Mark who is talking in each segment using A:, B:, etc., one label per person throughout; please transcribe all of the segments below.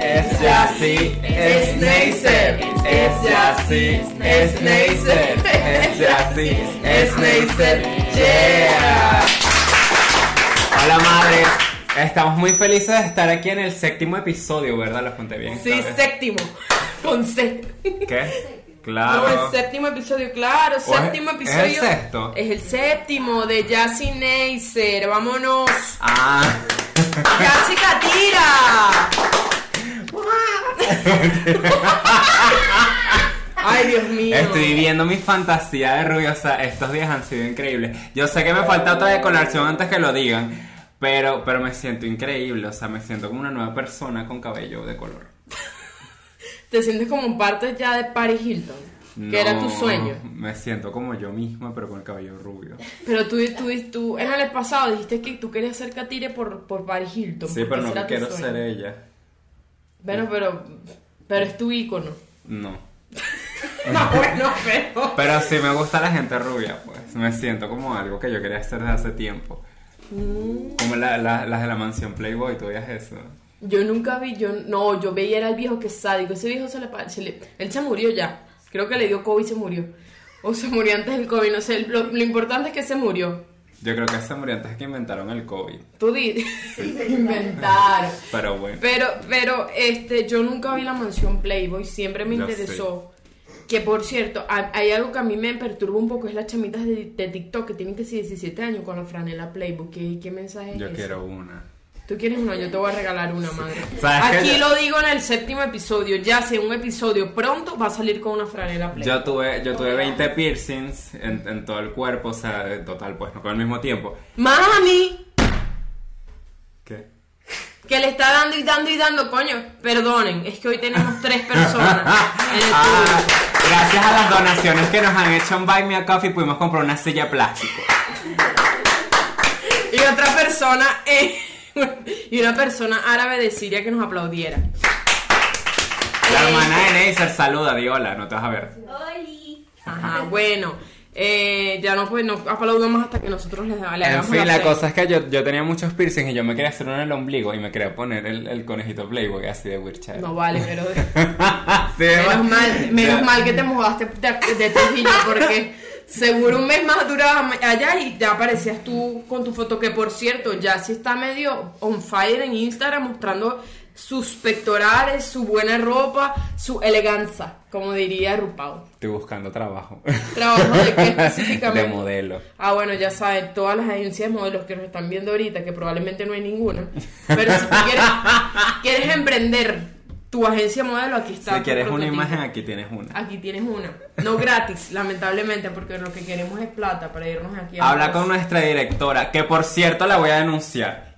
A: Este así, es Neisser. Es así, es Neisser. Es así, es Neisser. Yeah. Hola madres. Estamos muy felices de estar aquí en el séptimo episodio, ¿verdad? Lo conté bien.
B: Sí,
A: ¿sabes?
B: séptimo. Con C.
A: ¿Qué?
B: No,
A: Claro.
B: el séptimo episodio, claro,
A: ¿O es-
B: séptimo
A: es el
B: episodio.
A: sexto?
B: Es el séptimo de Jassy Neisser. Vámonos.
A: Ah.
B: Jassy Katira. Ay, Dios mío.
A: Estoy viviendo mi fantasía de rubio, o sea, estos días han sido increíbles. Yo sé que me falta otra decoloración antes que lo digan, pero, pero me siento increíble, o sea, me siento como una nueva persona con cabello de color.
B: Te sientes como parte ya de Paris Hilton, que
A: No,
B: era tu sueño.
A: Me siento como yo misma, pero con el cabello rubio.
B: Pero tú, tú, tú en el pasado dijiste que tú querías ser Katire por, por Paris Hilton.
A: Sí,
B: porque
A: pero no
B: ese era tu
A: quiero
B: sueño.
A: ser eh, ella.
B: Bueno, pero, pero es tu ícono.
A: No.
B: No, bueno, pero...
A: Pero sí me gusta la gente rubia, pues. Me siento como algo que yo quería hacer desde hace tiempo.
B: Mm.
A: Como la- la- las de la mansión Playboy, tú veías eso.
B: Yo nunca vi, yo no, yo veía era el viejo que es sádico. Ese viejo se le, pa- se le- él se murió ya. Creo que le dio COVID y se murió. O se murió antes del COVID, no sé. Lo, lo importante es que se murió.
A: Yo creo que se murió antes de que inventaron el COVID.
B: Tú di, inventar.
A: Pero bueno.
B: Pero, pero, este, yo nunca vi la mansión Playboy. Siempre me
A: Ya
B: interesó. Que por cierto, hay hay algo que a mí me perturba un poco, es las chamitas de, de TikTok que tienen que ser 17 años con la franela Playboy. ¿Qué, qué mensaje es
A: Yo
B: ese?
A: quiero una.
B: Tú quieres una, yo te voy a regalar una, madre.
A: ¿Sabes qué?
B: Aquí
A: Yo-
B: lo digo en el séptimo episodio, ya sea un episodio pronto, va a salir con una franela play.
A: Yo tuve, yo tuve 20 piercings en, en todo el cuerpo, o sea, en total, pues no con el mismo tiempo.
B: ¡Mami!
A: ¿Qué?
B: Que le está dando y dando y dando, coño. Perdonen, es que hoy tenemos tres personas en el
A: Ah,
B: público.
A: gracias a las donaciones que nos han hecho en Buy Me a Coffee pudimos comprar una silla plástica.
B: Y otra persona, eh, y una persona árabe de Siria que nos aplaudiera.
A: La
B: Eh,
A: hermana de Neisser saluda, di hola, no te vas a ver.
C: Oli.
B: Ajá, bueno. eh, ya no, pues, no aplaudan más hasta que nosotros les da- le
A: En
B: hagamos
A: fin, la
B: play.
A: cosa es que yo, yo tenía muchos piercings y yo me quería hacer uno en el ombligo y me quería poner el, el conejito Playboy así de Wiltshire.
B: No vale, pero...
A: Sí, va.
B: Menos mal,
A: Ya.
B: menos mal que te mudaste de, de Trujillo porque seguro un mes más durabas allá y ya aparecías tú con tu foto que por cierto ya sí está medio on fire en Instagram mostrando sus pectorales, su buena ropa, su eleganza, como diría Rupao.
A: Estoy buscando trabajo.
B: Trabajo de qué
A: De
B: específicamente.
A: modelo.
B: Ah, bueno, ya saben, todas las agencias de modelos que nos están viendo ahorita, que probablemente no hay ninguna, pero si tú quieres, quieres emprender tu agencia de modelo, aquí está.
A: Si
B: tu
A: quieres una
B: prototipo.
A: imagen, aquí tienes una.
B: Aquí tienes una. No gratis, lamentablemente, porque lo que queremos es plata para irnos aquí a
A: Habla con nuestra directora, que por cierto la voy a denunciar.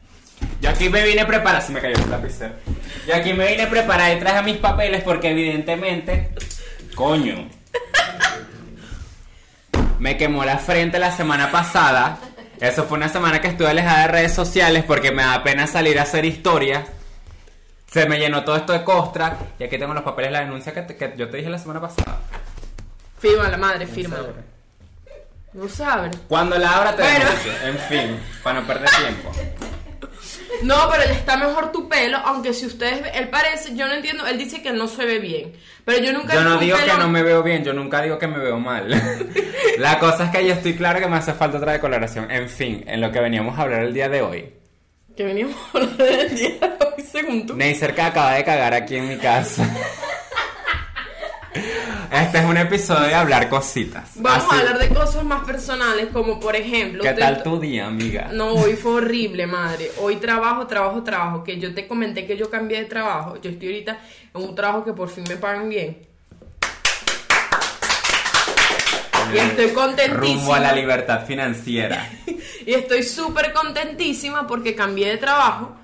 A: Yo aquí me vine preparada. Se me cayó el lapicero. Yo aquí me vine preparada y traje mis papeles porque evidentemente. Coño. Me quemó la frente la semana pasada. Eso fue una semana que estuve alejada de redes sociales porque me da pena salir a hacer historias. Se me llenó todo esto de costra. Y aquí tengo los papeles de la denuncia que, te- que yo te dije la semana pasada.
B: Firma la madre, firma. No sabe.
A: Cuando la abra te
B: Bueno.
A: denuncio. En fin, para no perder tiempo.
B: No, pero ya está mejor tu pelo, aunque si ustedes ve- él parece, yo no entiendo, él dice que no se ve bien, pero yo nunca
A: Yo
B: he
A: no
B: visto un
A: digo que
B: pelo-
A: no me veo bien, yo nunca digo que me veo mal. La cosa es que yo estoy claro que me hace falta otra decoloración. En fin, en lo que veníamos a hablar el día de hoy.
B: que veníamos a hablar del día de hoy, según tú.
A: Neisser que acaba de cagar aquí en mi casa. Este es un episodio de hablar cositas.
B: Vamos
A: Así-
B: a hablar de cosas más personales, como por ejemplo,
A: ¿Qué
B: ustedes-
A: tal tu día, amiga?
B: No, hoy fue horrible, madre. Hoy trabajo, trabajo, trabajo. Que yo te comenté que yo cambié de trabajo. Yo estoy ahorita en un trabajo que por fin me pagan bien. Y estoy
A: Mm, Rumbo a la
B: contentísima.
A: libertad financiera.
B: Y estoy súper contentísima porque cambié de trabajo.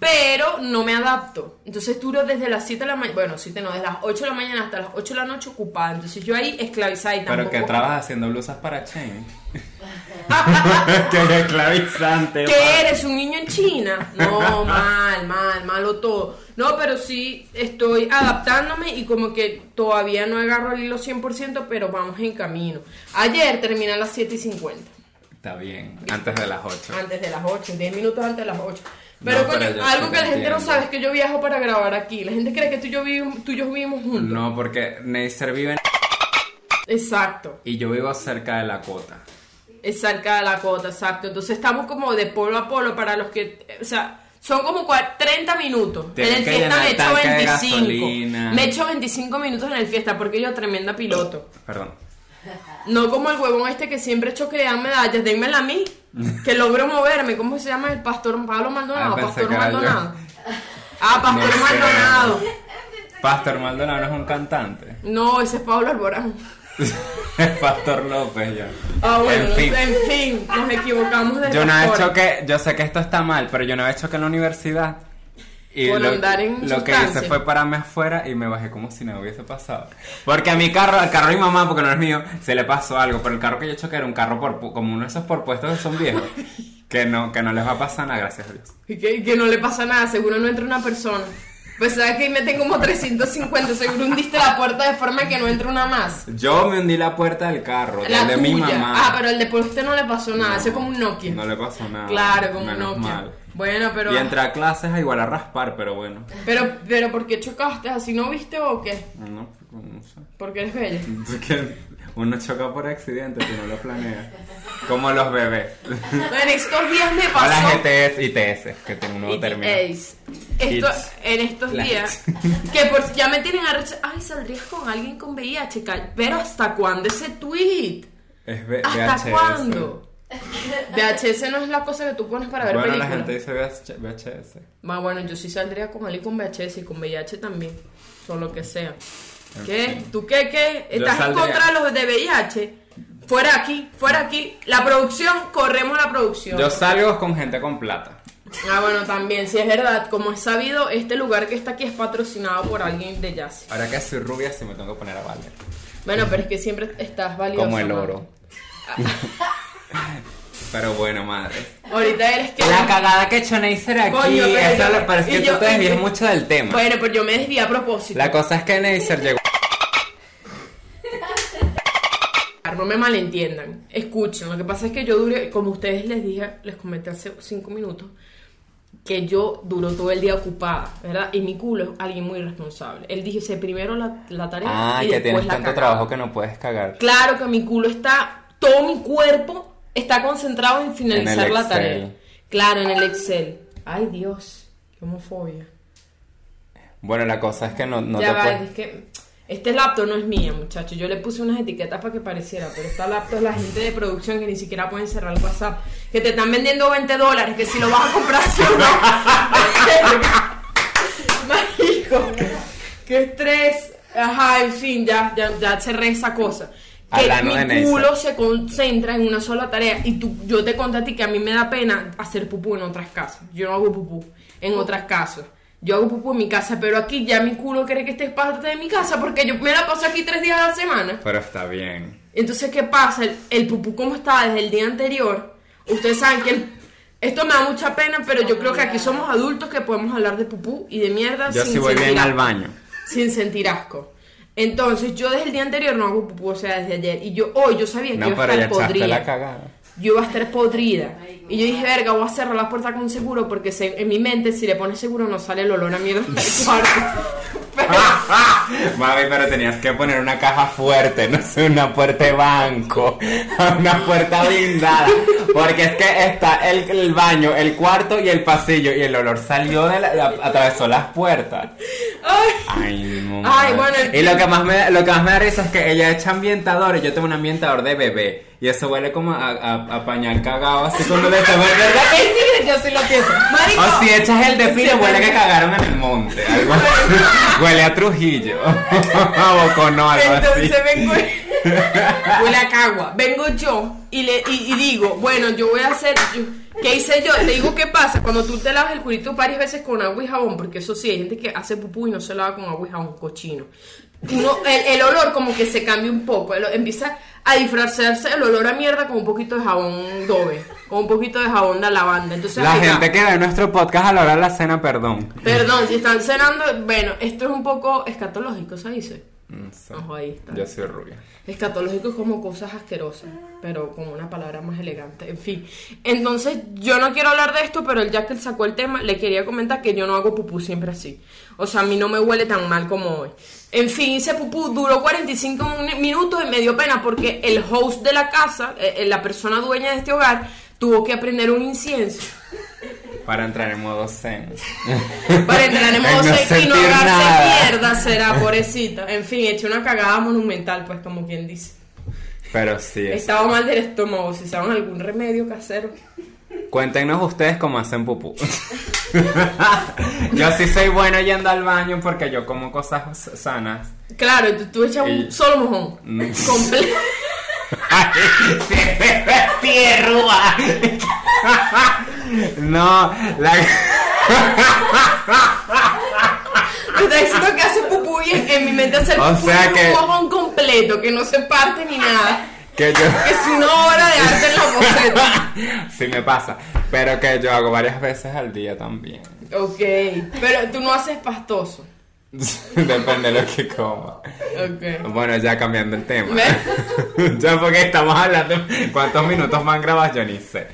B: Pero no me adapto. Entonces duro desde las 7 de la mañana. Bueno, 7 no, desde las 8 de la mañana hasta las 8 de la noche ocupada. Entonces yo ahí esclavizada y
A: Pero
B: tampoco.
A: que trabajas haciendo blusas para Chen. que esclavizante.
B: ¿Qué eres? ¿Un niño en China? No, mal, mal, malo todo. No, pero sí estoy adaptándome y como que todavía no agarro el hilo 100%, pero vamos en camino. Ayer terminé a las 7 y 50,
A: Está bien, antes de las 8.
B: antes de las 8, 10 minutos antes de las 8. Pero
A: No,
B: coño,
A: pero yo
B: algo
A: sí
B: que
A: te
B: la gente no
A: entiendo.
B: sabe es que yo viajo para grabar aquí. La gente cree que tú y yo, vivimos- tú y yo vivimos juntos.
A: No, porque Neisser vive en...
B: Exacto.
A: Y yo vivo cerca de la cuota.
B: Es cerca de la cota, exacto. Entonces estamos como de polo a polo para los que. O sea, son como cua- 30 minutos.
A: Tienes
B: en el
A: que
B: fiesta
A: llenar
B: me
A: el
B: echo
A: tanque de
B: 25.
A: gasolina.
B: Me echo 25 minutos en el fiesta porque yo tremenda piloto.
A: Perdón.
B: No como el huevón este que siempre choquean medallas, dénmela a mí. Que logro moverme. ¿Cómo se llama el pastor Pablo Maldonado?
A: Ah, pensé
B: pastor
A: que era yo.
B: Maldonado. Ah, Pastor
A: No sé.
B: Maldonado.
A: Pastor Maldonado no es un cantante.
B: No, ese es Pablo Alborán.
A: Es Pastor López ya.
B: Ah, bueno,
A: en fin.
B: en fin, nos equivocamos de
A: Yo no he
B: pastor.
A: hecho que, yo sé que esto está mal, pero yo no he hecho que en la universidad. Y
B: Por
A: lo,
B: andar en
A: lo que
B: sustancias.
A: hice fue pararme afuera y me bajé como si nada hubiese pasado. Porque a mi carro, al carro de mi mamá, porque no es mío, se le pasó algo. Pero el carro que yo choqué era un carro por, pu- como uno de esos por puestos que son viejos. Que no, que no les va a pasar nada, gracias a Dios.
B: Y que, y que no le pasa nada, seguro no entra una persona. Pues sabes que ahí meten como 350, seguro hundiste la puerta de forma que no entra una más.
A: Yo me hundí la puerta del carro,
B: La
A: del de mi
B: tuya.
A: mamá.
B: Ah, pero el de por usted no le pasó nada,
A: No,
B: eso es como un Nokia.
A: No le pasó nada.
B: claro, como un
A: menos
B: Nokia.
A: mal.
B: Bueno, pero
A: Y entré a clases a igual a raspar, pero bueno.
B: pero pero ¿por qué chocaste? ¿Así no viste o qué?
A: No, no sé.
B: Porque eres bella.
A: Porque uno choca por accidente, tú no lo planeas. Como los bebés. E
B: Bueno, en estos días me
A: O las
B: pasó
A: GTS y TS, que tiene un nuevo término.
B: ETAs. Esto,
A: Hits.
B: en estos
A: La
B: días que por ya me tienen arrecha, ay, saldrías con alguien con VIH, cal- pero ¿hasta cuándo ese tweet?
A: Es V-
B: ¿Hasta
A: VHS.
B: cuándo? VHS no es la cosa que tú pones para ver
A: Bueno, la
B: películas.
A: gente dice VH- VHS.
B: Ma, bueno, yo sí saldría con él y con VHS y con VIH también, con lo que sea.
A: En
B: ¿Qué?
A: fin.
B: ¿Tú qué? ¿Qué?
A: Yo
B: ¿Estás en
A: saldría.
B: contra de los de VIH? Fuera aquí, fuera aquí. La producción, corremos la producción.
A: Yo salgo con gente con plata.
B: Ah, bueno, también, si es verdad, como es sabido, este lugar que está aquí es patrocinado por alguien de jazz.
A: Ahora que soy rubia, sí me tengo que poner a valer.
B: Bueno, pero es que siempre estás valioso.
A: Como el
B: ma.
A: oro. Pero bueno, madre.
B: Ahorita eres que...
A: La cagada que hecho Neisser aquí.
B: Coño, pero
A: eso
B: yo-
A: lo- pero es que
B: y yo-
A: tú te
B: y-
A: desvías mucho del tema.
B: Bueno, pero yo me desvié a propósito.
A: La cosa es que Neisser llegó.
B: No me malentiendan, escuchen. Lo que pasa es que yo duré, como ustedes les dije, les comenté hace cinco minutos, que yo duro todo el día ocupada, ¿verdad? Y mi culo es alguien muy responsable. Él dice primero la, la tarea
A: Ah,
B: y
A: que
B: después
A: tienes
B: la
A: tanto
B: cagada.
A: trabajo que no puedes cagar.
B: Claro que mi culo está, todo mi cuerpo está concentrado en finalizar
A: En el
B: la
A: Excel.
B: tarea. Claro, en el Excel. Ay, Dios, qué homofobia.
A: Bueno, la cosa es que no, no
B: ya
A: te
B: va,
A: puedes.
B: es que este laptop no es mía, muchachos. Yo le puse unas etiquetas para que pareciera, pero esta laptop es la gente de producción que ni siquiera pueden cerrar el WhatsApp. Que te están vendiendo 20 dólares, que si lo vas a comprar, si no. Marico, qué estrés. Ajá, en fin, ya, ya, ya cerré esa cosa. Que
A: Hablando de
B: mi
A: Neisa.
B: culo se concentra en una sola tarea y tú, yo te conté a ti que a mí me da pena hacer pupú en otras casas. Yo no hago pupú en otras casas. Yo hago pupú en mi casa, pero aquí ya mi culo cree que esta es parte de mi casa porque yo me la paso aquí tres días a la semana.
A: Pero está bien.
B: Entonces, ¿qué pasa? El, el pupú como está desde el día anterior, ustedes saben que el- esto me da mucha pena, pero yo creo que aquí somos adultos que podemos hablar de pupú y de mierda
A: Yo
B: sin
A: sí voy bien
B: sentir
A: al
B: asco
A: baño.
B: sin sentir asco. Entonces, yo desde el día anterior no hago pupú, o sea, desde ayer. Y yo hoy, yo sabía que
A: No,
B: iba a
A: pero ya
B: estar
A: echaste la
B: podrida.
A: cagada.
B: Yo iba a estar podrida. Y yo dije, verga, voy a cerrar la puerta con seguro porque se- en mi mente, si le pones seguro, no sale el olor a mierda del cuarto.
A: Ah.
B: Pero-
A: Mami, pero tenías que poner una caja fuerte, no sé, una puerta de banco, una puerta blindada. Porque es que está el, el baño, el cuarto y el pasillo. Y el olor salió de la, la- atravesó las puertas.
B: Ay.
A: Ay, no.
B: Ay, bueno,
A: Y lo que más me, lo que más me da risa es que ella echa ambientador y yo tengo un ambientador de bebé. Y eso huele como a, a, a pañal cagado, así con lo de saber, ¿verdad? que sí? Yo sí lo pienso.
B: Marico.
A: O Ah, si echas el de pino,
B: Sí,
A: huele que
B: pero-
A: cagaron en el monte. Algo así. huele a Trujillo. o Bocono, algo
B: Entonces
A: así.
B: vengo Huele a cagua. Vengo yo y, le, y, y digo, bueno, yo voy a hacer. yo- ¿Qué hice yo? Te digo qué pasa cuando tú te lavas el culito varias veces con agua y jabón, porque eso sí, hay gente que hace pupú y no se lava con agua y jabón, cochino. Uno, el, el olor como que se cambia un poco, el- empieza a disfrazarse el olor a mierda con un poquito de jabón dobe, con un poquito de jabón de lavanda. Entonces,
A: La
B: ahí va.
A: gente que ve nuestro podcast a la hora de la cena, perdón.
B: Perdón, si están cenando, bueno, esto es un poco escatológico, se dice.
A: No sé.
B: Ojo, ahí está.
A: Ya Mm, soy rubia.
B: Escatológico es como cosas asquerosas, pero con una palabra más elegante. En fin. Entonces, yo no quiero hablar de esto, pero el Jack que él sacó el tema, le quería comentar que yo no hago pupú siempre así. O sea, a mí no me huele tan mal como hoy. En fin, hice pupú, duró 45 min- minutos y me dio pena porque el host de la casa, eh, eh, la persona dueña de este hogar, tuvo que aprender un incienso
A: Para entrar en modo zen.
B: para entrar en
A: Ay,
B: modo
A: no
B: sexy y no
A: sentir nada.
B: darse mierda, será pobrecita. En fin, eché una cagada monumental, pues, como quien dice.
A: Pero sí. es-
B: Estaba mal del estómago, si saben algún remedio casero.
A: Cuéntenos ustedes cómo hacen pupú. yo sí soy bueno yendo al baño porque yo como cosas sanas.
B: Claro, tú, tú echas un
A: Y-
B: solo mojón.
A: Mm.
B: Comple-
A: ¡Tierrúa! no, la...
B: Tú estás diciendo que hace pupú y en, en mi mente hacer
A: O
B: pupú
A: sea
B: es un
A: que-
B: mojón completo, que no se parte ni nada.
A: que yo...
B: Es una obra de arte en la boceta.
A: sí me pasa. Pero que yo hago varias veces al día también.
B: Ok, pero tú no haces pastoso.
A: Depende de lo que como.
B: Ok.
A: Bueno, ya cambiando el tema.
B: ¿Ves?
A: ya porque estamos hablando. ¿Cuántos minutos más grabas? Yo ni sé.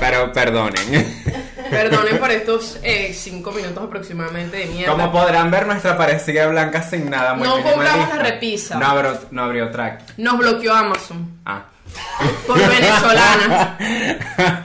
A: Pero perdonen.
B: Perdonen por estos eh, cinco minutos aproximadamente de mierda.
A: Como podrán ver, nuestra pared sigue blanca sin nada. Muy
B: No
A: minimalista.
B: compramos la repisa.
A: No abrió, no abrió track.
B: Nos bloqueó Amazon.
A: Ah.
B: Por venezolana.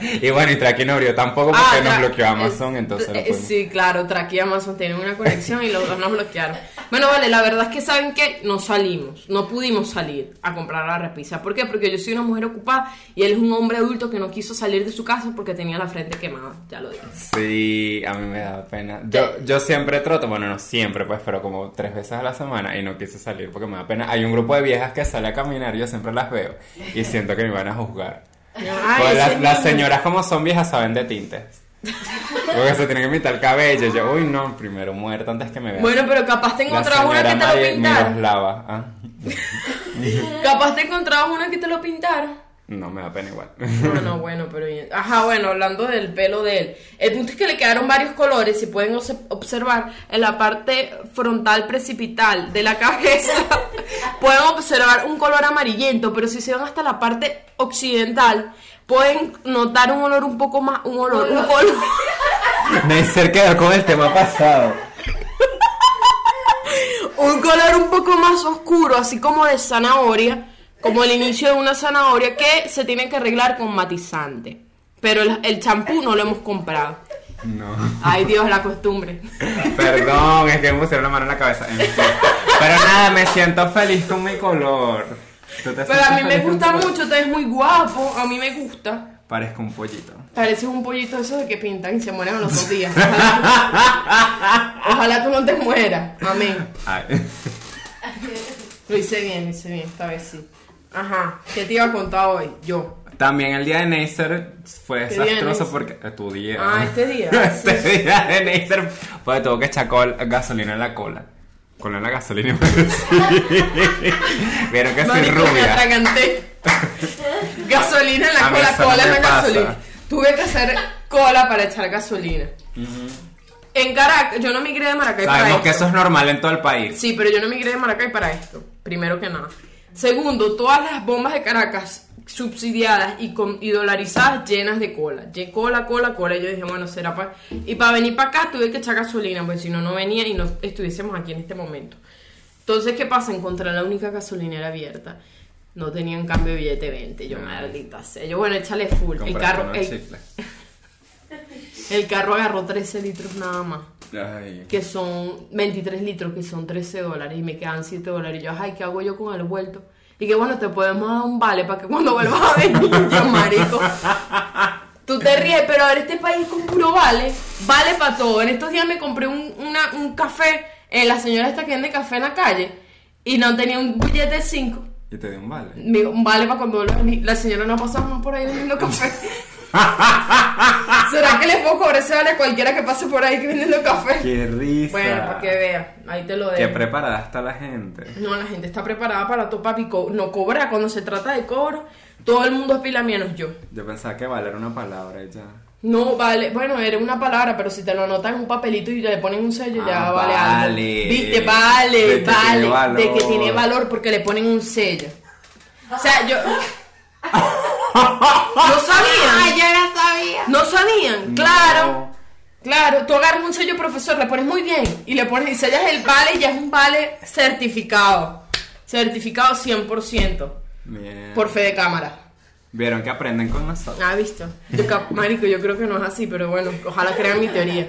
A: y bueno, y Traki no abrió tampoco porque
B: Ah,
A: nos
B: tra-
A: bloqueó Amazon,
B: es-
A: entonces no
B: eh,
A: pudimos.
B: Sí, claro, Traki y Amazon tienen una conexión y los dos nos bloquearon. Bueno, vale, la verdad es que saben que no salimos, no pudimos salir a comprar la repisa. ¿Por qué? Porque yo soy una mujer ocupada y él es un hombre adulto que no quiso salir de su casa porque tenía la frente quemada, ya lo dije.
A: Sí, a mí me da pena. Yo, yo siempre troto, bueno, no siempre, pues, pero como tres veces a la semana y no quise salir porque me da pena. Hay un grupo de viejas que sale a caminar, yo siempre las veo y siento que me van a juzgar.
B: Ay,
A: Pues las,
B: ese
A: las
B: niño.
A: señoras como son viejas saben de tintes. Porque se tienen que pintar el cabello. Yo, uy, no, primero muerta antes que me vean.
B: Bueno, pues pero capaz te
A: La
B: encontrabas una que te
A: señora
B: lo
A: Mari-
B: pintaron.
A: Miroslava, ah.
B: Capaz te encontrabas una que te lo pintaron.
A: No, me da pena igual.
B: No, no, bueno, pero bien. Ajá, bueno, hablando del pelo de él. El punto es que le quedaron varios colores, si pueden obse- observar, en la parte frontal precipital de la cabeza, pueden observar un color amarillento, pero si se van hasta la parte occidental, pueden notar un olor un poco más, un olor, un color.
A: Neisser quedó con el tema pasado.
B: un color un poco más oscuro, así como de zanahoria, como el inicio de una zanahoria que se tiene que arreglar con matizante. Pero el- el champú no lo hemos comprado.
A: No.
B: Ay Dios, la costumbre.
A: Perdón, es que me pusieron la mano en la cabeza. En fin. Pero nada, me siento feliz con mi color. ¿Tú te
B: Pero
A: sientes
B: a mí me
A: feliz con
B: gusta
A: tu color?
B: mucho, te ves muy guapo, a mí me gusta.
A: Parezco un pollito.
B: Pareces un pollito de esos de que pintan y se mueren a los dos días. Ojalá, ojalá tú no te mueras. Amén.
A: Ay.
B: Lo hice bien, lo hice bien, esta vez sí. Ajá, ¿qué te iba a contar hoy? Yo.
A: También el día de Neisser fue
B: ¿Qué día de
A: desastroso
B: Neisser?
A: porque. eh, Tu día.
B: Ah, este día.
A: este día de Neisser. Pues tuvo que echar col- gasolina en la cola. Cola en la gasolina. pues, Vieron que soy
B: Mami, me
A: rubia.
B: atraganté. gasolina en
A: A
B: la
A: mí
B: cola,
A: eso no
B: cola en
A: me
B: la
A: pasa.
B: gasolina. Tuve que hacer cola para echar gasolina. En Caracas, yo no migré de Maracay para
A: Sabemos que
B: esto.
A: eso es normal en todo el país.
B: Sí, pero yo no migré de Maracay para esto, primero que nada. Segundo, todas las bombas de Caracas subsidiadas y, con, y dolarizadas llenas de cola. Lle- cola, cola, cola. Y yo dije, bueno, será para... Y para venir para acá tuve que echar gasolina, porque si no, no venía y no estuviésemos aquí en este momento. Entonces, ¿qué pasa? Encontré la única gasolinera abierta. No tenían cambio de billete 20. Yo, maldita sea. Yo, bueno, échale full. El
A: Compraste
B: carro,
A: unos
B: el,
A: chicles.
B: el carro agarró 13 litros nada más
A: Ay.
B: que son 23 litros, que son 13 dólares, y me quedan 7 dólares. Y yo, ay, ¿qué hago yo con el vuelto? Y que bueno, te podemos dar un vale para que cuando vuelvas a venir, yo, marico. Tú te ríes, pero ahora este país con puro vale, vale para todo. En estos días me compré un, una- un café, eh, la señora está que vende café en la calle, y no tenía un billete de 5.
A: Y te di un vale.
B: Digo, vale para cuando vuelvas a venir. La señora no ha pasado más por ahí vendiendo café. ¿Será que les puedo cobrar ese vale a cualquiera que pase por ahí que vendiendo café?
A: Qué risa.
B: Bueno, para que vea, ahí te lo
A: Qué
B: dejo.
A: preparada está la gente.
B: No, la gente está preparada para todo, papi. co- No cobrar. Cuando se trata de cobro, todo el mundo es pila menos yo.
A: Yo pensaba que vale era una palabra y ya.
B: No, vale, bueno, era una palabra, pero si te lo anotan en un papelito y le ponen un sello, ya
A: Ah,
B: vale. algo.
A: vale.
B: Viste, vale,
A: De que tiene
B: vale.
A: valor.
B: De que tiene valor porque le ponen un sello. O sea, yo. no sabían.
C: yo no sabía.
B: No sabían, claro. Claro, tú agarras un sello profesor, le pones muy bien y le pones y sellas el vale y ya es un vale certificado. Certificado 100%
A: Bien.
B: por fe de cámara.
A: Vieron que aprenden con nosotros.
B: Ah, visto. Yo, cap- marico, yo creo que no es así, pero bueno, ojalá crean mi teoría.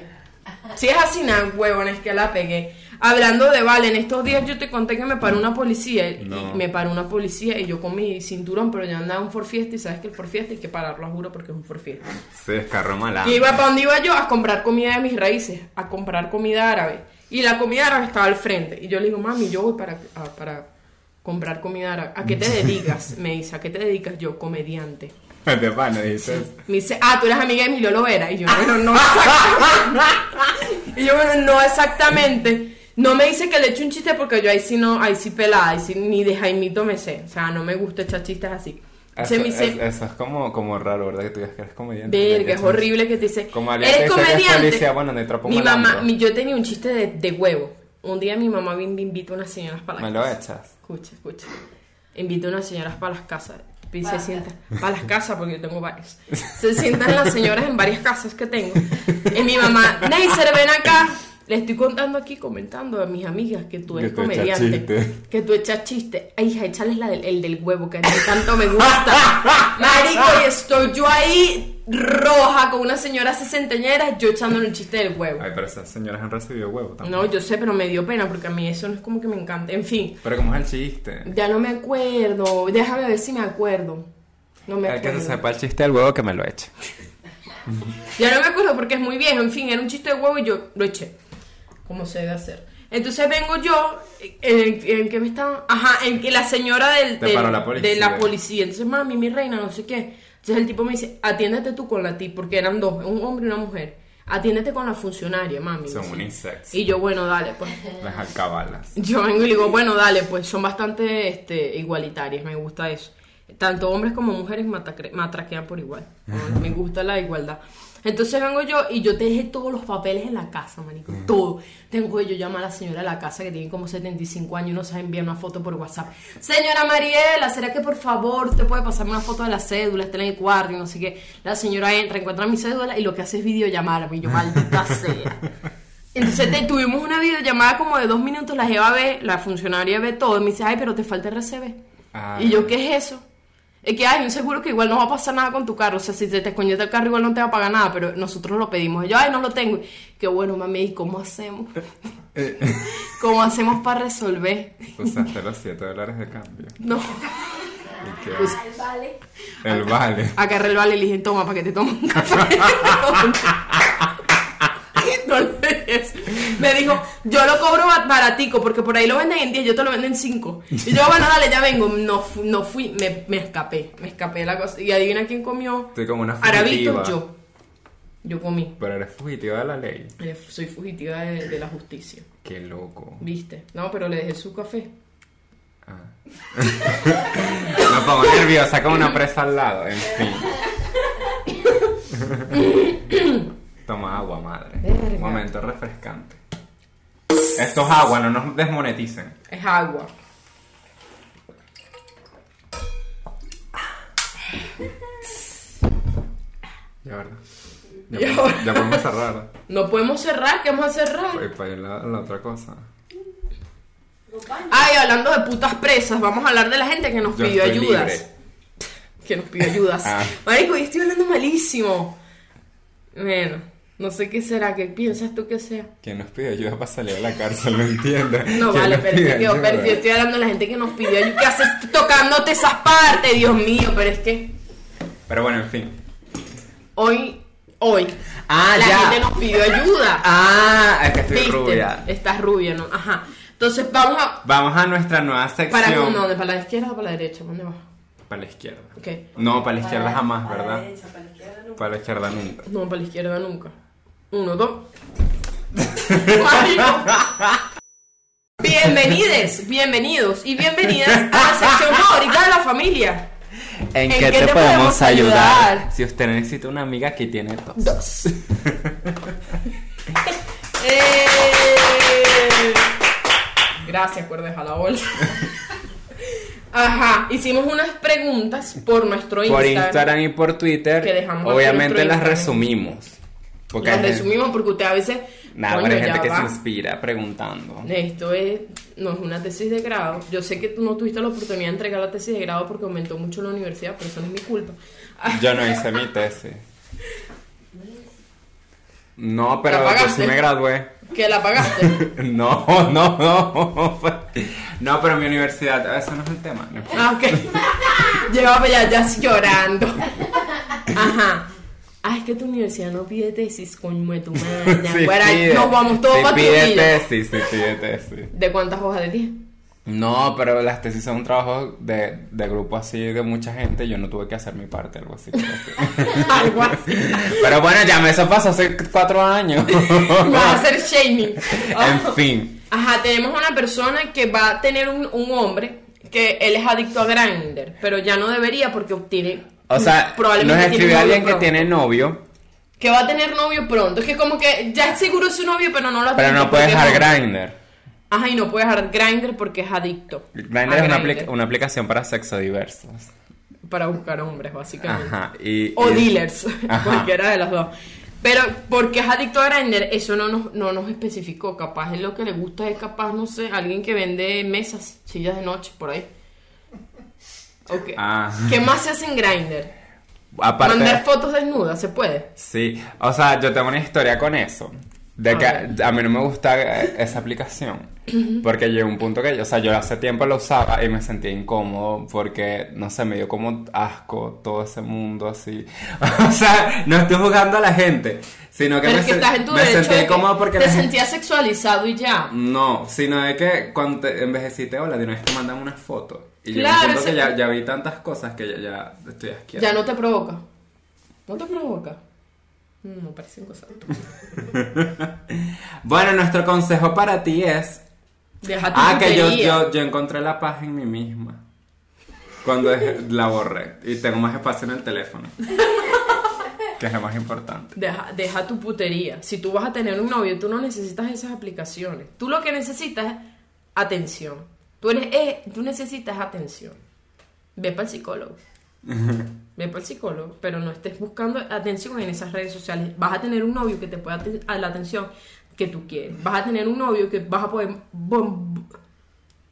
B: Si es así, nada, huevones, que la pegué. Hablando de vale, en estos días yo te conté que me paró una policía. y-
A: No.
B: Y me paró una policía y yo con mi cinturón, pero ya andaba un forfiesta y sabes que el forfiesta hay que pararlo, juro, porque es un forfiesta.
A: Se descarró malado.
B: Y iba para donde iba yo a comprar comida de mis raíces, a comprar comida árabe. Y la comida árabe estaba al frente. Y yo le digo, mami, yo voy para, a- para comprar comida árabe. ¿A
A: Mm.
B: qué te dedicas? Me dice, ¿a qué te dedicas? Yo, comediante.
A: De pana, dices.
B: Me dice, ah, tú eres amiga de Emilio Lovera. Y yo, bueno, no exactamente. Y yo, bueno, no exactamente. No me dice que le eche un chiste porque yo ahí sí no, ahí sí pelada, ahí sí ni de Jaimito me sé. O sea, no me gusta echar chistes así.
A: Eso,
B: Entonces me dice,
A: es, eso es como, como raro, ¿verdad? Que tú digas que eres comediante.
B: verga, es
A: Eso
B: horrible que te dice,
A: Como alguien te
B: eres
A: dice que es
B: comediante.
A: policía, bueno, no hay trapo
B: mi
A: mal
B: mamá,
A: hambre.
B: mi- yo tenía un chiste de, de huevo. Un día mi mamá me me invita a unas señoras para la
A: Me lo
B: casa.
A: echas.
B: Escucha, escucha. Invito a unas señoras para las casas. Y se
C: Para.
B: sientan para las casas porque yo tengo varias. Se sientan las señoras en varias casas que tengo. Y mi mamá, Neisser, ven acá. Le estoy contando aquí, comentando a mis amigas que tú eres
A: Que tú echas
B: comediante.
A: chiste.
B: Que tú echas chiste. Ay, hija, échales la del, el del huevo, que a ti tanto me gusta. Marico, y estoy yo ahí roja con una señora sesenteñera, yo echándole un chiste del huevo.
A: Ay, pero esas señoras han recibido huevo también.
B: No, yo sé, pero me dio pena porque a mí eso no es como que me encanta. En fin.
A: Pero como es el chiste.
B: Ya no me acuerdo. Déjame ver si me acuerdo. No me
A: El que
B: acuerdo.
A: se sepa el chiste del huevo que me lo eche.
B: Ya no me acuerdo porque es muy viejo. En fin, era un chiste de huevo y yo lo eché. Como se debe hacer. Entonces vengo yo, en, en que me estaban. Ajá, en que la señora del,
A: Te
B: del-
A: paró la policía.
B: de la policía. Entonces, mami, mi reina, no sé qué. Entonces el tipo me dice, atiéndete tú con la ti, porque eran dos, un hombre y una mujer. Atiéndete con la funcionaria, mami.
A: Son
B: Me dice.
A: unisex.
B: Y yo, bueno, dale, pues.
A: Las alcabalas.
B: Yo vengo y le digo, bueno, dale, pues son bastante este, igualitarias, me gusta eso. Tanto hombres como mujeres matacre- matraquean por igual. ¿no? Me gusta la igualdad. Entonces vengo yo y yo te dejé todos los papeles en la casa, manico. Todo. Tengo que yo llamar a la señora de la casa que tiene como 75 años y no sabe enviar una foto por WhatsApp. Señora Mariela, ¿será que por favor te puede pasarme una foto de la cédula? Está en el cuarto y no sé qué. La señora entra, encuentra mi cédula y lo que hace es videollamarme. Y yo, maldita sea. Entonces te- tuvimos una videollamada como de dos minutos, la jeva ve, la funcionaria ve todo, y me dice, ay, pero te falta RCB.
A: Ah.
B: Y yo, ¿qué es eso? Es que hay un seguro que igual no va a pasar nada con tu carro, o sea, si te desconecta el carro igual no te va a pagar nada, pero nosotros lo pedimos. Y yo, ay, no lo tengo. Qué bueno, mami, ¿y cómo hacemos?
A: Eh.
B: ¿Cómo hacemos para resolver?
A: Usaste los 7 dólares de cambio.
B: No,
A: ¿Y qué?
B: Pues,
C: Ay, vale.
A: el vale.
B: agarré el vale y le dije, toma, para que te tome un café. No le des. Me dijo, yo lo cobro ba- baratico, porque por ahí lo venden en 10, yo te lo vendo en 5. Y yo, bueno, dale, ya vengo. No, fu- no fui, me, me escapé, me escapé de la cosa. Y adivina quién comió.
A: Estoy como una fugitiva.
B: Arabito, yo. Yo comí.
A: Pero eres fugitiva de la ley.
B: Eh, Soy fugitiva de, de la justicia,
A: Qué loco.
B: ¿viste? No, pero le dejé su café.
A: Ah. Me pongo nerviosa con una presa al lado. En fin. Toma agua, madre.
B: Verga.
A: Momento refrescante. Esto es agua, no nos desmoneticen.
B: Es agua.
A: Ya, ¿verdad? Ya,
B: Ya,
A: podemos-
B: ¿verdad?
A: ya podemos cerrar.
B: No podemos cerrar, ¿qué vamos a cerrar?
A: Oye, para ir a la otra cosa.
B: Ay, hablando de putas presas, vamos a hablar de la gente que nos
A: Yo
B: pidió
A: estoy
B: ayudas.
A: libre.
B: Que nos pidió ayudas.
A: Ah.
B: Marico, yo estoy hablando malísimo. Bueno, no sé qué será, qué piensas tú que sea.
A: ¿Quién nos pide ayuda para salir de la cárcel? No entiendo.
B: No,
A: ¿Quién
B: vale,
A: nos
B: pero
A: pide
B: yo,
A: ayuda?
B: pero yo estoy hablando de la gente que nos pidió ayuda. ¿Qué haces tú tocándote esas partes? Dios mío, pero es que
A: Pero bueno, en fin.
B: hoy, hoy,
A: Ah,
B: la
A: ya.
B: gente nos pidió ayuda.
A: Ah, es que estoy
B: ¿Viste?
A: rubia.
B: Estás rubia, ¿no? Ajá. Entonces vamos a...
A: Vamos a nuestra nueva sección.
B: ¿Para no, ¿Para la izquierda o para la derecha? ¿Dónde vas?
A: Para la izquierda.
B: Ok.
A: No, para la izquierda
C: Para-
A: jamás,
C: para
A: ¿verdad?
C: la derecha, para la izquierda nunca.
A: Para la izquierda nunca.
B: No, para la izquierda nunca. Uno, dos. Marico. Bienvenides, bienvenidos y bienvenidas a la sección favorita de la familia.
A: ¿En, qué, te, podemos ayudar? Si usted necesita una amiga, aquí tiene dos.
B: Dos. Eh. Gracias, cuerdes a la bolsa. Ajá, hicimos unas preguntas por nuestro
A: Por
B: Instagram.
A: Instagram y por Twitter.
B: Que dejamos
A: obviamente
B: nuestro
A: las
B: Instagram.
A: resumimos. Porque
B: Las
A: hay gente-
B: resumimos porque usted a veces.
A: Nada,
B: coño,
A: pero hay
B: ya
A: gente que
B: va.
A: se inspira preguntando.
B: Esto es, no es una tesis de grado. Yo sé que tú no tuviste la oportunidad de entregar la tesis de grado porque aumentó mucho la universidad, pero eso no es mi culpa. Ah,
A: Yo no hice mi tesis. No, pero
B: ¿La
A: yo sí
B: pagaste?
A: me gradué.
B: que la pagaste.
A: No, no, no. No, pero mi universidad, eso no es el tema. no.
B: Ah, ok. Llevaba ya, ya así llorando. Ajá. Ah, es que tu universidad no pide tesis, coño de tu madre.
A: Sí
B: Ahora
A: pide,
B: nos vamos todos
A: sí
B: para tu
A: pide
B: vida.
A: tesis, sí pide tesis.
B: ¿De cuántas hojas de 10?
A: No, pero las tesis son un trabajo de, de grupo así, de mucha gente. Yo no tuve que hacer mi parte, algo así. creo que.
B: Algo así.
A: pero bueno, ya me eso pasó hace cuatro años.
B: Vas a hacer shaming. Oh.
A: en fin.
B: Ajá, tenemos una persona que va a tener un, un hombre que él es adicto a Grindr, pero ya no debería porque obtiene.
A: O sea, nos
B: tiene
A: escribió
B: novio
A: alguien que
B: pronto.
A: tiene novio,
B: Que va a tener novio pronto. Es que como que ya es seguro su novio, pero no lo ha
A: pero
B: tenido
A: no puede
B: porque
A: dejar
B: Ah, no.
A: Grindr.
B: Ajá, y no puede dejar Grindr porque es adicto.
A: Grindr
B: a
A: es una,
B: Ah, Grindr.
A: aplica- una aplicación para sexo diversos.
B: Para buscar hombres, básicamente.
A: Ajá. Y,
B: O
A: y-
B: dealers,
A: Ajá.
B: cualquiera de las dos. Pero porque es adicto a Grindr, eso no nos, no nos especificó. Capaz es lo que le gusta, es capaz, no sé, alguien que vende mesas, sillas de noche, por ahí. Ok.
A: Ah.
B: ¿Qué más se hace en Grindr?
A: Aparte,
B: Mandar fotos desnudas, ¿se puede?
A: Sí, o sea, yo tengo una historia con eso. De que
B: A
A: a mí no me gusta eh, esa aplicación. Porque llegó un punto que, yo- o sea, yo hace tiempo la usaba y me sentía incómodo porque, no sé, me dio como asco todo ese mundo así. O sea, no estoy jugando a la gente, sino que
B: Pero
A: me,
B: es que
A: sen-
B: estás en tu
A: me
B: derecho
A: sentí
B: de que
A: incómodo porque... Mm,
B: te
A: la gente-
B: sentías sexualizado y ya.
A: No, sino de que cuando te envejeciste, hola, de una vez te mandan unas fotos. Y llegó
B: Claro,
A: un punto
B: ese-
A: que ya, ya vi tantas cosas que ya, ya estoy asqueado.
B: Ya no te provoca. No te provoca. Mm, No parecen cosas.
A: Bueno, nuestro consejo para ti es...
B: Deja tu
A: Ah, que yo,
B: putería.
A: yo, yo encontré la paz en mí misma. Cuando dejé- la borré. Y tengo más espacio en el teléfono. Que es lo más importante.
B: Deja, deja tu putería. Si tú vas a tener un novio, tú no necesitas esas aplicaciones. Tú lo que necesitas es atención. Tú, eres, eh, tú necesitas atención. Ve para el psicólogo. Ve para el psicólogo, pero no estés buscando atención en esas redes sociales. Vas a tener un novio que te pueda aten- a la atención que tú quieres. Vas a tener un novio que vas a poder bom-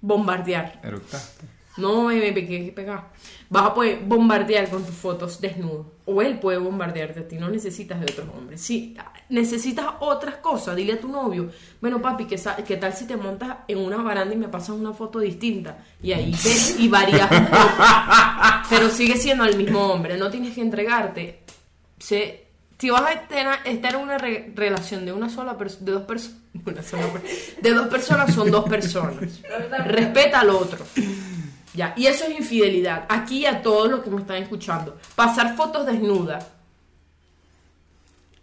B: bombardear.
A: Eructaste.
B: No, me me pegué pegada. Vas a poder bombardear con tus fotos desnudo. O él puede bombardearte a ti. No necesitas de otros hombres. Si necesitas otras cosas, dile a tu novio. Bueno, papi, ¿qué, sa- qué tal si te montas en una baranda y me pasas una foto distinta? Y ahí ves y varías un poco. Pero sigue siendo el mismo hombre. No tienes que entregarte. Se- si vas a estar, estar en una re- relación de una sola persona, de dos personas, de dos personas son dos personas. Respeta al otro. Ya, y eso es infidelidad. Aquí y a todos los que me están escuchando. Pasar fotos desnudas.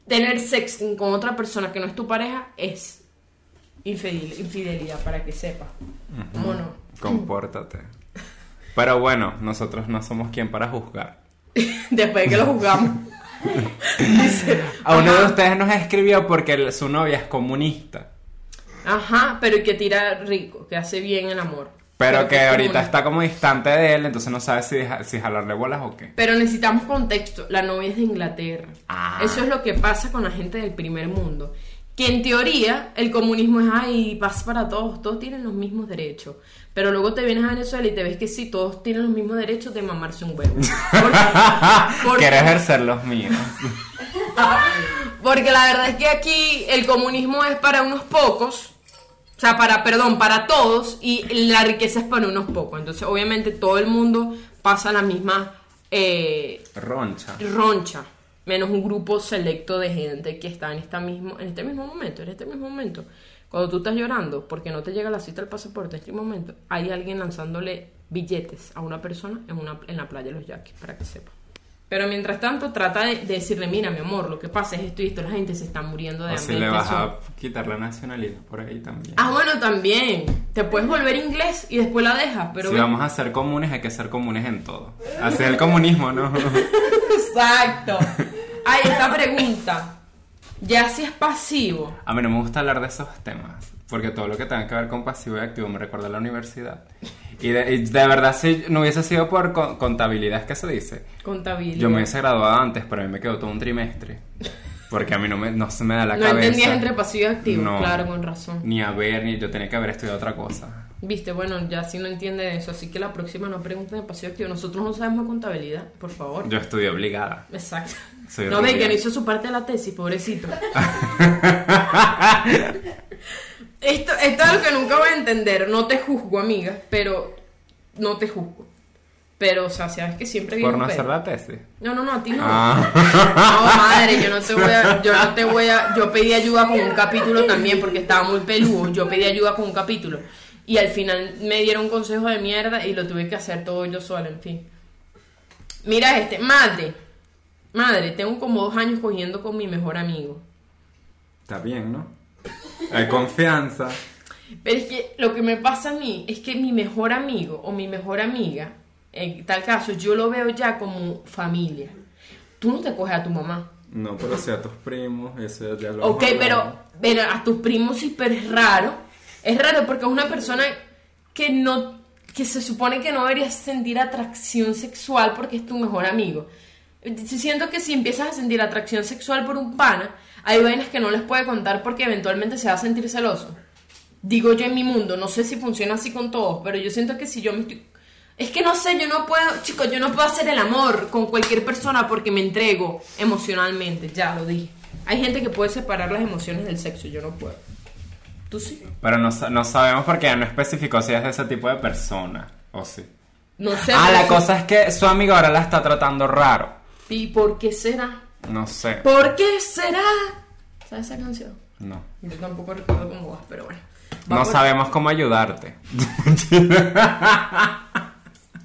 B: Tener sexting con otra persona que no es tu pareja es infidel- infidelidad, para que sepa. ¿O no?
A: Compórtate. Pero bueno, nosotros no somos quien para juzgar.
B: Después de que lo juzgamos. Dice,
A: A uno de
B: ajá,
A: ustedes nos escribió porque el- su novia es comunista.
B: ajá, pero y que tira rico, que hace bien el amor.
A: Pero que
B: es
A: ahorita
B: común.
A: está como distante de él, entonces no sabe si, deja- si jalarle bolas o qué.
B: Pero necesitamos contexto. La novia es de Inglaterra.
A: Ah.
B: Eso es lo que pasa con la gente del primer mundo. Que en teoría el comunismo es, ay, paz para todos, todos tienen los mismos derechos. Pero luego te vienes a Venezuela y te ves que sí, todos tienen los mismos derechos de mamarse un huevo. Porque, porque-
A: Quiero ejercer los míos.
B: porque la verdad es que aquí el comunismo es para unos pocos, o sea, para, perdón, para todos y la riqueza es para unos pocos. Entonces, obviamente, todo el mundo pasa la misma... eh,
A: Roncha.
B: roncha, menos un grupo selecto de gente que está en, esta mismo, en este mismo momento, en este mismo momento. Cuando tú estás llorando porque no te llega la cita al pasaporte en este momento, hay alguien lanzándole billetes a una persona en, una, en la playa de los Yaquis, para que sepa. Pero mientras tanto, trata de, de decirle, mira, mi amor, lo que pasa es esto y esto, la gente se está muriendo de
A: O
B: hambre.
A: si le
B: en
A: vas
B: Venezuela".
A: a quitar la nacionalidad por ahí también.
B: Ah, bueno, también. Te puedes volver inglés y después la dejas, pero...
A: si vamos a ser comunes, hay que ser comunes en todo. Así es el comunismo, ¿no?
B: Exacto. Ay, esta pregunta. Ya si es pasivo.
A: A mí no me gusta hablar de esos temas, porque todo lo que tenga que ver con pasivo y activo me recuerda a la universidad. Y de, y de verdad, si no hubiese sido por co- contabilidad, es que se dice.
B: Contabilidad.
A: Yo me hubiese graduado antes, pero a mí me quedó todo un trimestre. Porque a mí no, me, no se me da la
B: no
A: cabeza.
B: entendías entre pasivo y activo,
A: No.
B: claro, con razón.
A: Ni haber, ni yo tenía que haber estudiado otra cosa.
B: Viste, bueno, ya si no entiende eso, así que la próxima no pregunten de pasivo y activo. Nosotros no sabemos de contabilidad, por favor.
A: Yo estudié obligada.
B: Exacto.
A: Soy
B: no ve
A: rubia.
B: que no hizo su parte de la tesis, pobrecito. esto, esto es lo que nunca voy a entender. No te juzgo, amiga, pero no te juzgo. Pero, o sea, sabes que siempre viene
A: Por no
B: un pedo.
A: hacer la tesis.
B: No, no, no, a ti no.
A: Ah,
B: No, madre, yo no te voy a, yo no te voy a, yo pedí ayuda con un capítulo también porque estaba muy peludo, yo pedí ayuda con un capítulo y al final me dieron un consejo de mierda y lo tuve que hacer todo yo sola, en fin. Mira este, madre, madre, tengo como dos años cogiendo con mi mejor amigo.
A: está bien, ¿no? Hay confianza.
B: Pero es que lo que me pasa a mí es que mi mejor amigo o mi mejor amiga, en tal caso, yo lo veo ya como familia. Tú no te coges a tu mamá.
A: No, pero si a tus primos, eso ya lo
B: Ok,
A: hemos
B: pero,
A: hablado.
B: pero a tus primos sí, pero es raro. Es raro porque es una persona que no que se supone que no deberías sentir atracción sexual porque es tu mejor amigo. Si- Siento que si empiezas a sentir atracción sexual por un pana, hay vainas que no les puede contar porque eventualmente se va a sentir celoso. Digo yo en mi mundo, no sé si funciona así con todos, pero yo siento que si yo me estoy... Es que no sé, yo no puedo, chicos, yo no puedo hacer el amor con cualquier persona porque me entrego emocionalmente, ya lo dije. Hay gente que puede separar las emociones del sexo, yo no puedo. ¿Tú sí?
A: Pero no, sa- no sabemos porque ya no especificó si es de ese tipo de persona. O sí.
B: No sé.
A: ah,
B: pero
A: la
B: sí.
A: cosa es que su amigo ahora la está tratando raro.
B: ¿Y por qué será?
A: No sé.
B: ¿Por qué será? ¿Sabes esa canción?
A: No.
B: Yo tampoco recuerdo cómo va, pero bueno.
A: No
B: Vamos-
A: sabemos cómo ayudarte.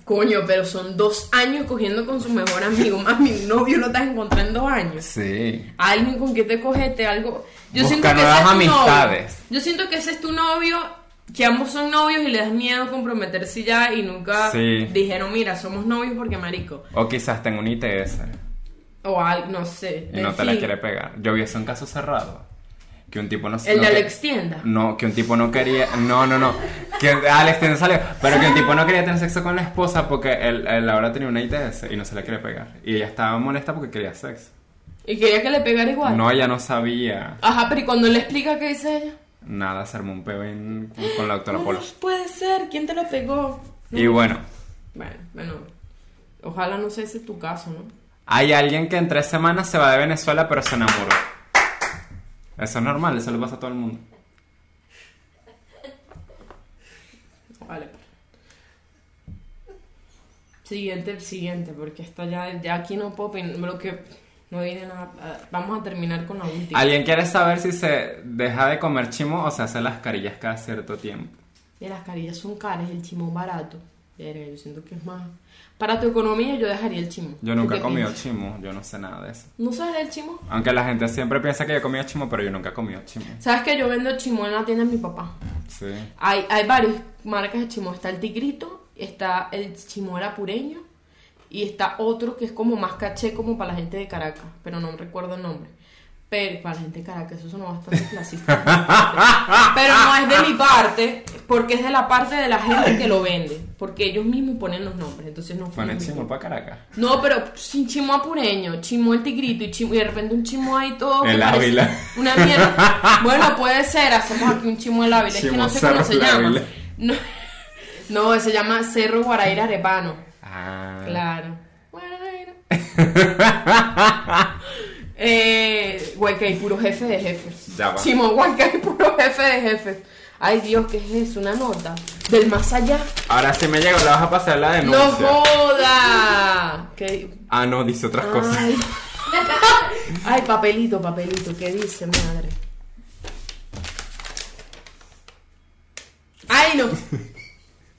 B: Coño, pero son dos años cogiendo con su mejor amigo. Más mi novio lo estás encontrando en dos años.
A: Sí.
B: alguien con que te cogete, algo. Yo
A: Busca
B: siento que
A: nuevas
B: ese es tu
A: amistades.
B: novio. Yo siento que ese es tu novio, que ambos son novios y le das miedo comprometerse ya y nunca
A: Sí.
B: dijeron, mira, somos novios porque marico.
A: O quizás tenga un ITS
B: O algo, no sé.
A: y no
B: en
A: te la
B: fin.
A: quiere pegar. Yo vi eso en caso cerrado. Que un tipo no
B: El
A: no
B: de
A: que-
B: Alex Tienda.
A: No, que un tipo no quería. No, no, no. Que Alex tiene salió. Pero que un tipo no quería tener sexo con la esposa porque él, él ahora tenía una ITS y no se la quería pegar. Y ella estaba molesta porque quería sexo.
B: Y quería que le pegara igual.
A: No, ella no sabía.
B: Ajá, pero ¿y cuando le explica qué dice ella?
A: Nada, se armó un peo en- con la doctora
B: No,
A: Polo.
B: no puede ser, ¿quién te lo pegó? No.
A: Y bueno,
B: Bueno, bueno. Ojalá no sea ese tu caso, ¿no?
A: hay alguien que en tres semanas se va de Venezuela pero se enamoró. Eso es normal, eso le pasa a todo el mundo.
B: Vale. Siguiente, siguiente, porque esta ya, ya aquí no puedo opinar, lo que no viene nada. ah, Vamos a terminar con la última.
A: ¿Alguien quiere saber si se deja de comer chimo o se hace las carillas cada cierto tiempo?
B: Y las carillas son caras, el chimón barato. Verga, yo siento que es más. Para tu economía yo dejaría el chimón.
A: Yo
B: ¿Tú
A: nunca
B: qué
A: he comido
B: piensas?
A: chimo, yo no sé nada de eso.
B: ¿No sabes del chimón?
A: Aunque la gente siempre piensa que yo he comido chimo, pero yo nunca he comido chimo.
B: Sabes que yo vendo chimón en la tienda de mi papá.
A: Sí.
B: Hay, hay varias marcas de chimón. Está el tigrito, está el chimón apureño y está otro que es como más caché como para la gente de Caracas, pero no recuerdo el nombre. Pero para la gente de Caracas, eso suena bastante clasista. pero no es de mi parte, porque es de la parte de la gente que lo vende, porque ellos mismos ponen los nombres, entonces no fue
A: Bueno, el
B: mi
A: chimo para Caracas.
B: no, pero sin chimo apureño, chimo el tigrito y, chimo, y de repente un chimo ahí todo. que
A: El
B: parece
A: Ávila.
B: Una mierda. Bueno, puede ser, hacemos aquí un chimo el Ávila. es que
A: Chimo
B: no sé cómo
A: Cerro
B: se
A: el
B: llama.
A: Ávila.
B: No, no, se llama Cerro Guaraira Arepano.
A: Ah.
B: Claro. Guaraira. eh, Guaycay, puro jefe de jefes.
A: Ya va.
B: Chimo Guaycay, puro jefe de jefes. Ay, Dios, ¿qué es eso? Una nota. Del más allá.
A: Ahora sí me llegó, le vas a pasar la
B: ¡No
A: denuncia.
B: joda! ¿Qué?
A: ah, no, dice otras cosas.
B: Ay. Ay, papelito, papelito, ¿qué dice, madre? Ay, no.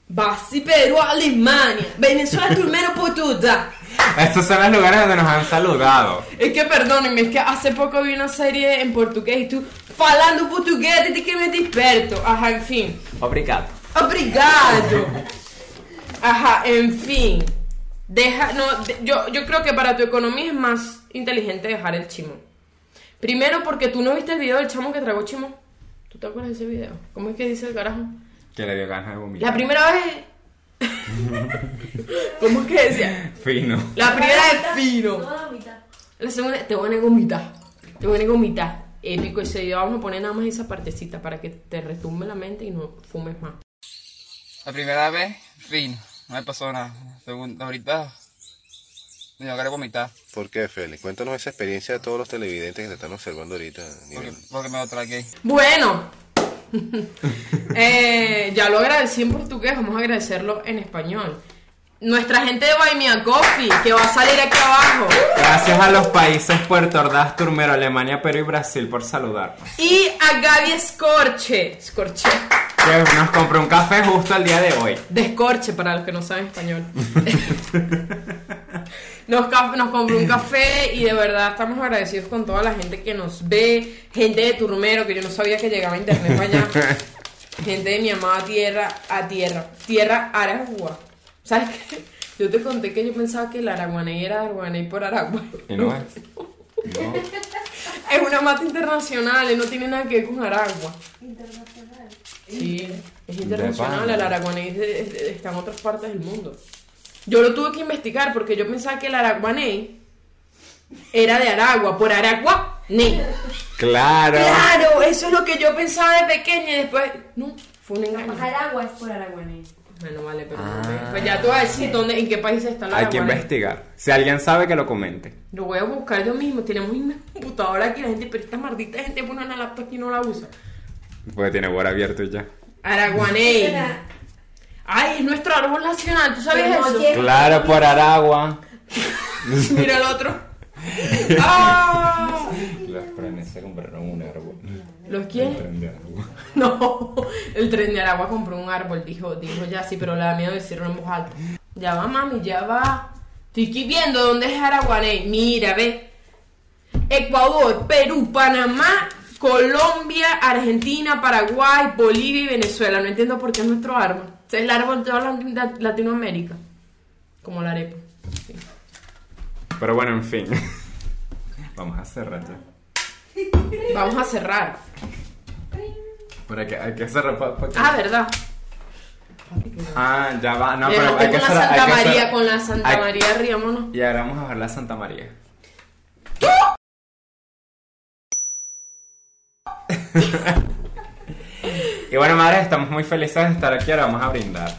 B: Brasil, Perú, Alemania, Venezuela, Turmero, Portugal.
A: Estos son los lugares donde nos han saludado.
B: Es que perdónenme, es que hace poco vi una serie en portugués y tú falando portugués desde que me desperto. Ajá, en fin.
A: Obrigado.
B: Obrigado. Ajá, en fin. Deja, no, de- yo, yo creo que para tu economía es más inteligente dejar el chimo. Primero porque tú no viste el video del chamo que tragó chimo. ¿Tú te acuerdas de ese video? ¿Cómo es que dice el carajo?
A: Que le dio ganas de vomitar.
B: La primera vez... ¿Cómo es que decía?
A: Fino.
B: La primera vez fino.
C: No, la mitad.
B: La segunda, te voy a gomitar. Te voy a gomitar. Épico ese día. Vamos a poner nada más esa partecita para que te retumbe la mente y no fumes más.
D: La primera vez, fin, no me pasó nada. La segunda, ahorita, me dio ganas de vomitar,
E: ¿Por qué, Félix? Cuéntanos esa experiencia de todos los televidentes que te están observando ahorita.
D: porque,
E: Nivel.
D: porque me lo tragué.
B: Bueno. Eh, ya lo agradecí en portugués, vamos a agradecerlo en español. Nuestra gente de Buy Me a Coffee, que va a salir aquí abajo.
A: Gracias a los países Puerto Ordaz, Turmero, Alemania, Perú y Brasil por saludarnos.
B: Y a Gaby Scorche. Scorche.
A: Que nos compró un café justo al día de hoy.
B: Descorche para los que no saben español. Nos, ca- nos compró un café y de verdad estamos agradecidos con toda la gente que nos ve, gente de Turmero, que yo no sabía que llegaba internet para allá, gente de mi amada tierra a tierra, tierra Aragua. ¿Sabes qué? Yo te conté que yo pensaba que el araguaney era araguaney por Aragua.
A: ¿Y no es? No.
B: Es una mata internacional, él no tiene nada que ver con Aragua.
C: Internacional.
B: Sí, es
A: De
B: internacional,
A: pana.
B: el araguanés de- de- está en otras partes del mundo. Yo lo tuve que investigar porque yo pensaba que el araguanés era de Aragua, por Aragua, ni.
A: Claro.
B: Claro, eso es lo que yo pensaba de pequeña y después, no, fue un engaño.
C: Aragua es por Araguané.
B: Bueno, vale, pero
A: Ah.
B: pues ya tú vas a decir dónde, en qué país está el
A: Hay que
B: araguanés.
A: investigar. Si alguien sabe que lo comente.
B: Lo voy a buscar yo mismo, tenemos una computadora aquí, la gente, pero esta maldita gente pone una laptop y no la usa.
A: Porque tiene Word abierto y ya.
B: Araguanés. Ay, es nuestro árbol nacional, ¿tú sabes
C: Pero no
B: eso?
C: tiene-
A: Claro, por Aragua.
B: Mira el otro. ¡Ah!
A: Los frenes se compraron un árbol.
B: ¿Los quiere? No. El tren de Aragua compró un árbol, dijo, dijo ya sí, pero le da miedo decirlo en voz alta. Ya va, mami, ya va. Estoy aquí viendo dónde es Araguané. Mira, ve. Ecuador, Perú, Panamá, Colombia, Argentina, Paraguay, Bolivia y Venezuela. No entiendo por qué es nuestro árbol. Es el árbol de toda la- Latinoamérica. Como la arepa. Sí.
A: Pero bueno, en fin. Vamos a cerrar ya.
B: Vamos a cerrar.
A: Pero hay que, hay que cerrar. pa- pa-
B: Ah, ¿verdad?
A: Ah, ya va. No,
B: Le
A: pero
B: gasté
A: hay que
B: con la
A: cerrar.
B: Santa
A: hay que
B: María,
A: cerrar.
B: con la Santa
A: Hay-
B: María Riámonos.
A: Y ahora vamos a ver la Santa María. y bueno, madres, estamos muy felices de estar aquí. Ahora vamos a brindar.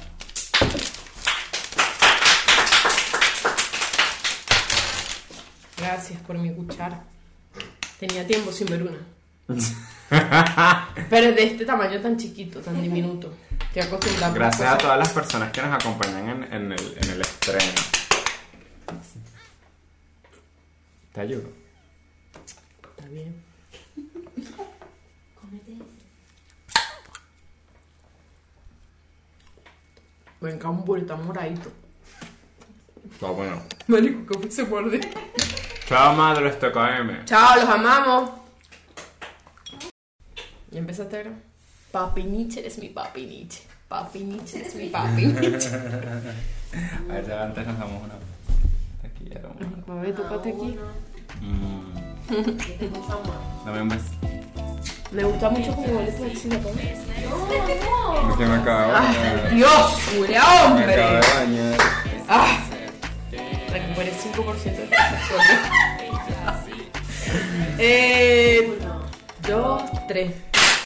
B: Gracias por mi cuchara. Tenía tiempo sin ver una. Pero es de este tamaño tan chiquito, tan diminuto. Te acostumbras.
A: Gracias a todas las personas que nos acompañan en, en el, en el estreno. Te ayudo.
B: Está bien. Me encanta un burrito moradito.
A: Todo bueno.
B: Marico, ¿cómo se muerde?
A: Chao, madre, les toca M.
B: Chao, los amamos. ¿Ya empezaste a grabar? Papi Nietzsche eres mi papi Nietzsche. Papi Nietzsche eres mi papi Nietzsche.
A: Allá antes nos damos una. Aquí ya vamos.
B: A ver, tócate aquí.
A: Mm, dame un beso.
B: Me gusta mucho como huele tu vecino.
A: Es que me acabo de bañar.
B: Dios, huele a
A: Me acabo de
B: hombre.
A: bañar.
B: Ah, recuperé 5% de tu sexualidad. eh, dos, tres.